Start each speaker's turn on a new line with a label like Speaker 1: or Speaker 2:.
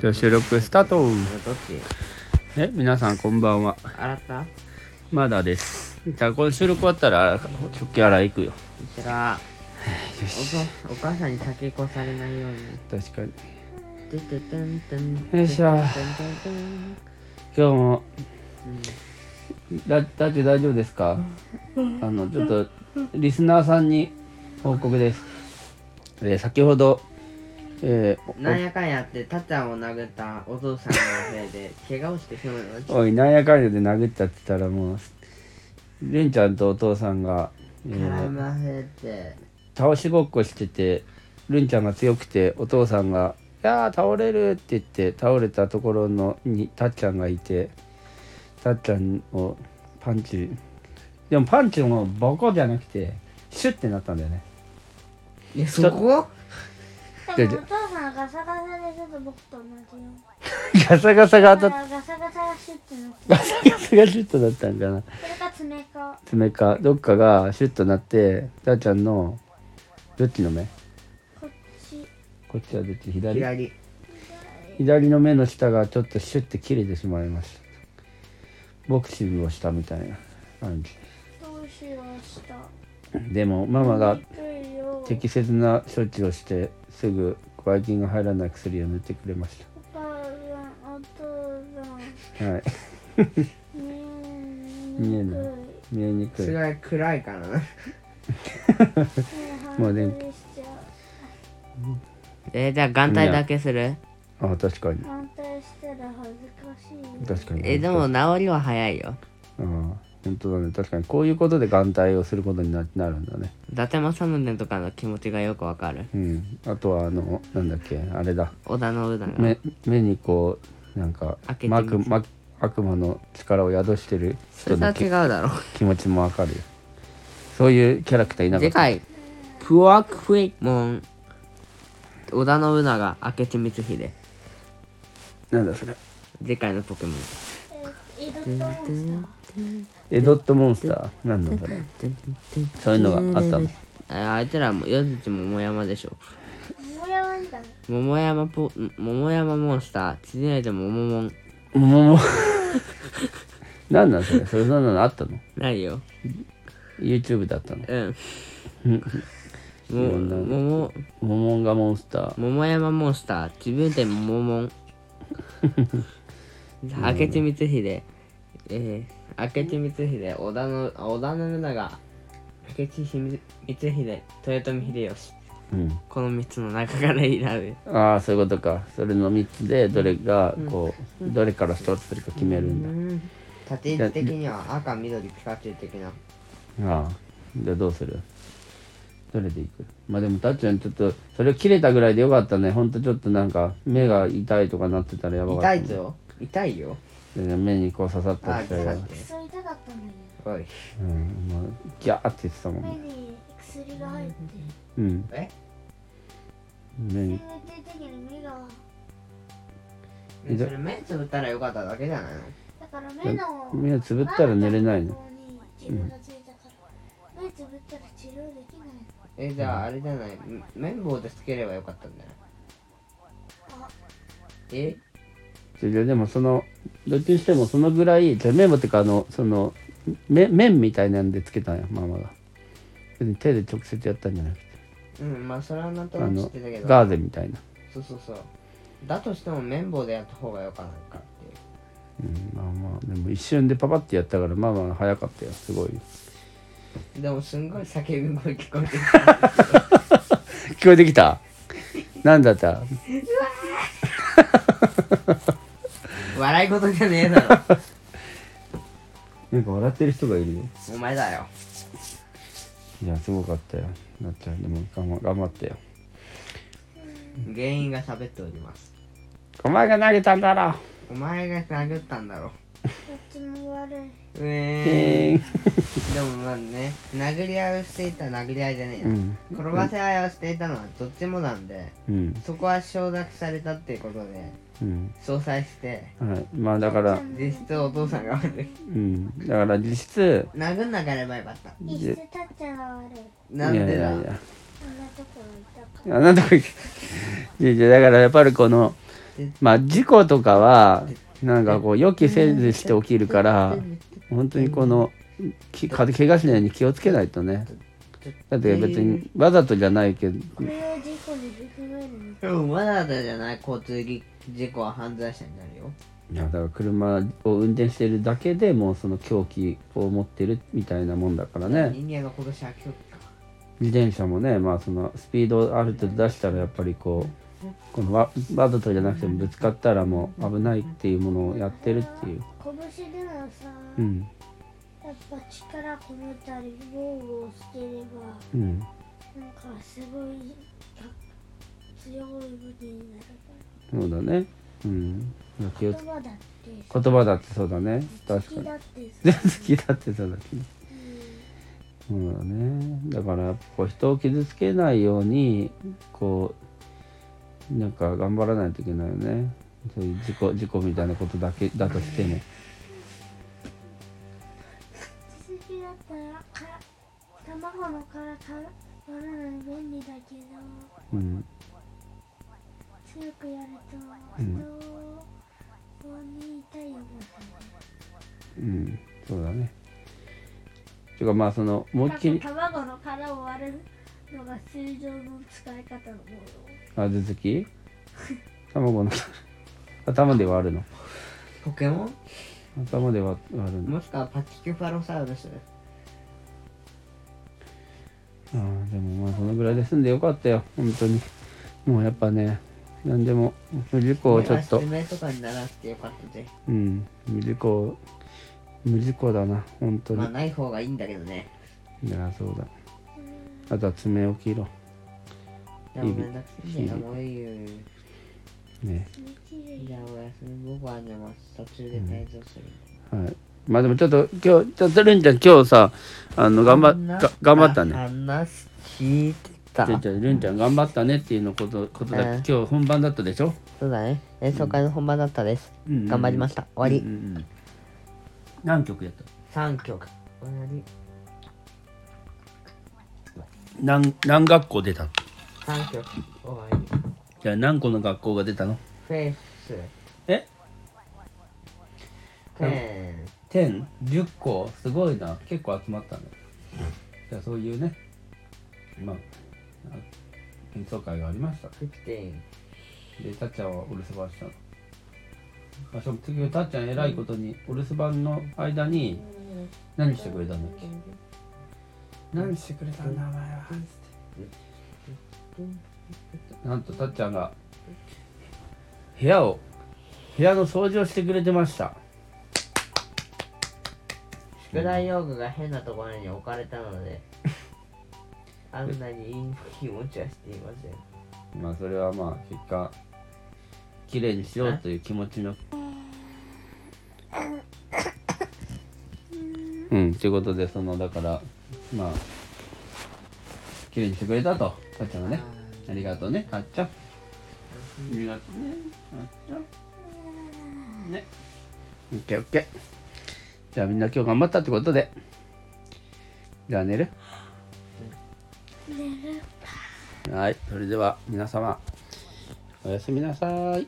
Speaker 1: じゃあ収録スタート
Speaker 2: どっち
Speaker 1: え皆さんこんばんは
Speaker 2: 洗ったいっ
Speaker 1: まだですじゃあこの収録終わったら食器洗い行くよ
Speaker 2: たら
Speaker 1: よ
Speaker 2: おぞお母さんに先越されないように
Speaker 1: 確かに
Speaker 2: てててんてん
Speaker 1: よいしょ
Speaker 2: てんてんてん
Speaker 1: 今日も
Speaker 2: うん
Speaker 1: だだって大丈夫ですかあのちょっとリスナーさんに報告です、えー先ほどえーお
Speaker 2: なんやかんやってタちゃんを殴ったお父さんのせいで怪我をしてしまうの
Speaker 1: おいなんやかんやで殴っちゃってたらもうレンちゃんとお父さんが、えー
Speaker 2: 絡ませて
Speaker 1: 倒しごっこしててルンちゃんが強くてお父さんが「いやー倒れる」って言って倒れたところのにたっちゃんがいてたっちゃんをパンチでもパンチもボコじゃなくてシュッてなったんだよね
Speaker 2: いやそこ
Speaker 3: でもお父さんガサガサでちょっと僕と同じよ。
Speaker 1: ガサガサが
Speaker 3: だ
Speaker 1: 当
Speaker 3: か
Speaker 1: たっ
Speaker 3: らガサガサがシュッてなって、
Speaker 1: ガサガサがシュッとなったんかな
Speaker 3: それか爪か。
Speaker 1: 爪かどっかがシュッとなってたっちゃんのどっちの目
Speaker 3: こっち。
Speaker 1: こっちはどっち左
Speaker 2: 左
Speaker 1: 左の目の下がちょっとシュッて切れてしまいましたボクシングをしたみたいな感じ
Speaker 3: どうしようした。
Speaker 1: でもママが
Speaker 3: びっくりよ
Speaker 1: 適切な処置をしてすぐばい菌が入らない薬を塗ってくれまし
Speaker 3: お母さん、お父さん。
Speaker 1: たはい
Speaker 3: 見
Speaker 1: 見
Speaker 3: え
Speaker 1: え
Speaker 3: にく。
Speaker 1: ない見えにく
Speaker 2: す
Speaker 1: い
Speaker 2: ごい暗いからな
Speaker 1: もう電
Speaker 3: 電
Speaker 1: 気
Speaker 3: 気。
Speaker 2: えじゃあ眼帯だけする
Speaker 1: あ確かに
Speaker 3: 反対したら恥ずかしい。
Speaker 1: 確かに
Speaker 2: えでも治りは早いよ
Speaker 1: ああ本当だね確かにこういうことで眼帯をすることにななるんだね
Speaker 2: 伊達政宗とかの気持ちがよくわかる
Speaker 1: うんあとはあのなんだっけあれだ
Speaker 2: 織田信長
Speaker 1: 目目にこうなんか
Speaker 2: 開けてみ
Speaker 1: 悪
Speaker 2: て
Speaker 1: 魔悪魔の力を宿してる
Speaker 2: それ
Speaker 1: 人
Speaker 2: は
Speaker 1: の
Speaker 2: 違
Speaker 1: 気
Speaker 2: うだろ
Speaker 1: 気持ちもわかるよそういうキャラクターいなか
Speaker 2: 次
Speaker 1: った
Speaker 2: 回プワクフェイモン織田信長明智光秀
Speaker 1: なんだそれ
Speaker 2: 次回のポケモン
Speaker 3: えー、移動と思っ
Speaker 1: エドットモンスターなんだそれそういうのがあったの
Speaker 2: ああいつらも四つ桃山でしょ
Speaker 3: た。もやわんだ。
Speaker 2: 桃山ポ桃山モンスター知り合いで桃モン
Speaker 1: もうなんなんそれそれそんなのあったの
Speaker 2: ないよ
Speaker 1: YouTube だったの
Speaker 2: うんも
Speaker 1: ろんな
Speaker 2: 桃
Speaker 1: モモンガモンスター
Speaker 2: 桃山モンスター自分で桃モ ン明智光秀えー、明智光秀織田のあ織田信長明智光秀豊臣秀吉
Speaker 1: うん
Speaker 2: この3つの中から選ぶ
Speaker 1: ああそういうことかそれの3つでどれがこう、どれから1つするか決めるん
Speaker 2: 立ち位置的には赤緑ピカチュウ的な
Speaker 1: だ、ああじゃあどうするどれでいくまあでもたっちゃんちょっとそれを切れたぐらいでよかったねほんとちょっとなんか目が痛いとかなってたらやばかった
Speaker 2: 痛い
Speaker 1: ね、
Speaker 2: ぞ痛いよ
Speaker 1: でね目にこう刺さった
Speaker 2: あ
Speaker 1: りしたら、
Speaker 2: 痛
Speaker 1: う
Speaker 2: い
Speaker 1: ん
Speaker 2: て
Speaker 3: クソ痛かったんだ
Speaker 2: おい
Speaker 1: まあ、ギャーって言ってたもん
Speaker 3: けど。
Speaker 1: ね、
Speaker 3: 目に薬が入って。
Speaker 1: うん、
Speaker 2: え
Speaker 1: 目
Speaker 3: 目
Speaker 1: に
Speaker 3: が出てきて目が。
Speaker 1: 痛い
Speaker 2: それ目つぶったらよかっただけじゃないの
Speaker 3: だから目の
Speaker 1: 目をつぶったら寝れないの
Speaker 3: 自分がついたから目つぶったら治療できない
Speaker 2: えじゃああれじゃないめ綿棒でつければよかったんだよ
Speaker 3: あ
Speaker 2: え
Speaker 1: じゃあでもそのどっちにしてもそのぐらいじゃあメモっていうかあのそのめ面みたいなんでつけたんよママが別に手で直接やったんじゃなくて
Speaker 2: うんまあそれはなんと
Speaker 1: あ
Speaker 2: なく知
Speaker 1: の
Speaker 2: ってたけど
Speaker 1: ガーゼみたいな、
Speaker 2: そうそうそうだとしても綿棒でやった方がよかないかっていう
Speaker 1: うん、まあまあでも一瞬でパパってやったからママ早かったよ すごい
Speaker 2: でもすんごい叫び声聞こえてき
Speaker 1: 聞こえてきた何だった
Speaker 2: た笑い事じゃねえだろ
Speaker 1: なんか笑ってる人がいるよ
Speaker 2: お前だよ
Speaker 1: いやすごかったよなっちゃんでも頑張頑張ったよ
Speaker 2: 原因が喋っております
Speaker 1: お前が投げたんだろ
Speaker 2: お前が殴ったんだろ
Speaker 3: どっちも悪いう
Speaker 2: え
Speaker 1: え
Speaker 2: ー、でもまあね殴り合いをしていた殴り合いじゃねえや、
Speaker 1: うん
Speaker 2: 転ばせ合いをしていたのはどっちもなんで
Speaker 1: うん
Speaker 2: そこは承諾されたっていうことで
Speaker 1: うん
Speaker 2: 相殺して
Speaker 1: はいまあだから
Speaker 2: 実質お父さんが悪い
Speaker 1: うんだから実質
Speaker 2: 殴んなければよかった
Speaker 3: 一
Speaker 1: じ
Speaker 3: 質たっちゃんが悪い
Speaker 2: なんでだ
Speaker 1: いやいやいや
Speaker 3: あんなところいたか
Speaker 1: あなんとか言ってじゃあじゃあだからやっぱりこのまあ事故とかはなんかこう予期せずして起きるから本当にこのきか怪我しないように気をつけないとねだって別にわざとじゃないけど
Speaker 3: これを事故でできないのに
Speaker 2: うんわざとじゃない交通事故は犯罪者になるよ
Speaker 1: いやだから車を運転してるだけでもうその凶器を持ってるみたいなもんだからね
Speaker 2: 人間が殺した凶器か
Speaker 1: 自転車もねまあそのスピードある程度出したらやっぱりこうこのわわざとじゃなくてもぶつかったらもう危ないっていうものをやってるっていう
Speaker 3: 拳でもさ、
Speaker 1: うん
Speaker 3: やっぱ力こめたり防具をしてれば
Speaker 1: うん
Speaker 3: なんかすごいか強い武器になるか
Speaker 1: そうだねうん気を
Speaker 3: ら
Speaker 1: つ
Speaker 3: 言葉だって
Speaker 1: 言葉だってそうだね確
Speaker 3: 好
Speaker 1: か
Speaker 3: き
Speaker 1: に
Speaker 3: だって
Speaker 1: 全
Speaker 3: さ
Speaker 1: 好きだってそうだけどそうだねだからこう人を傷つけないようにこうなんか頑張らないといけないよねそういう事故事故みたいなことだけだとしても
Speaker 3: 好きだったらか卵の殻か割るのに便利だけど
Speaker 1: うん
Speaker 3: 強くやると
Speaker 1: うん
Speaker 3: 人に痛いよ
Speaker 1: うんそうだねていうかまあその思いっきり
Speaker 3: 卵の殻を割るのが通常の使い方のも
Speaker 1: あずずき卵の頭で割るの
Speaker 2: ポケモ
Speaker 1: 頭で割割る
Speaker 2: ン
Speaker 1: の
Speaker 2: もしくはパティキュファロサウルス
Speaker 1: あーでもまあそのぐらいで済んでよかったよ本当にもうやっぱね何でも事故をちょっと
Speaker 2: 爪とかにならなくてよかったぜ
Speaker 1: うん、無事故、無事故だな、本当に。
Speaker 2: まあない方がいいんだけどね
Speaker 1: いや、そうだ。あとは爪を切ろ
Speaker 2: でもめんどくさい
Speaker 1: いい
Speaker 2: じ
Speaker 1: ね
Speaker 2: ゃんもういいよ
Speaker 1: う。ね。
Speaker 3: のできる
Speaker 2: じゃあおやすみ僕は寝ます途中で退場する、
Speaker 1: はい。まあでもちょっと今日、ちょっとルンちゃん今日さ、あの、頑張
Speaker 2: こんな
Speaker 1: っ、が頑張ったね。
Speaker 2: 話聞いてた
Speaker 1: ルンちゃん、ルンちゃん頑張ったねっていうのこと、ことだけ、
Speaker 2: うん
Speaker 1: 今日本番だったでしょ
Speaker 2: そうだね演奏会の本番だったです、
Speaker 1: うん
Speaker 2: 頑張りました終わり、
Speaker 1: うんうんうん何曲やった
Speaker 2: 3曲終わり
Speaker 1: 何、何学校出たの
Speaker 2: 3曲終わり
Speaker 1: じゃあ何個の学校が出たの
Speaker 2: フェイス
Speaker 1: え
Speaker 2: テン
Speaker 1: ?10、10個すごいな。結構集まったね。じゃあそういうね、まあ、あ演奏会がありました。
Speaker 2: フィフティン
Speaker 1: でたっちゃんはお留守番したの、まあ、その次はたっちゃん偉いことにお留守番の間に何してくれたんだっけ何してくれたんだお前はなんとたっちゃんが部屋を部屋の掃除をしてくれてました
Speaker 2: 宿題用具が変なところに置かれたのであんなにいい気持ちはしていません
Speaker 1: まあそれはまあ結果綺麗にしようという気持ちのうんということでそのだからまあ綺麗にしてくれたとかっちゃんがねありがとうねかっちゃんありがとうねかっちゃんねオッケーオッケーじゃあみんな今日頑張ったってことでじゃあ寝る
Speaker 3: 寝る
Speaker 1: はいそれでは皆様おやすみなさい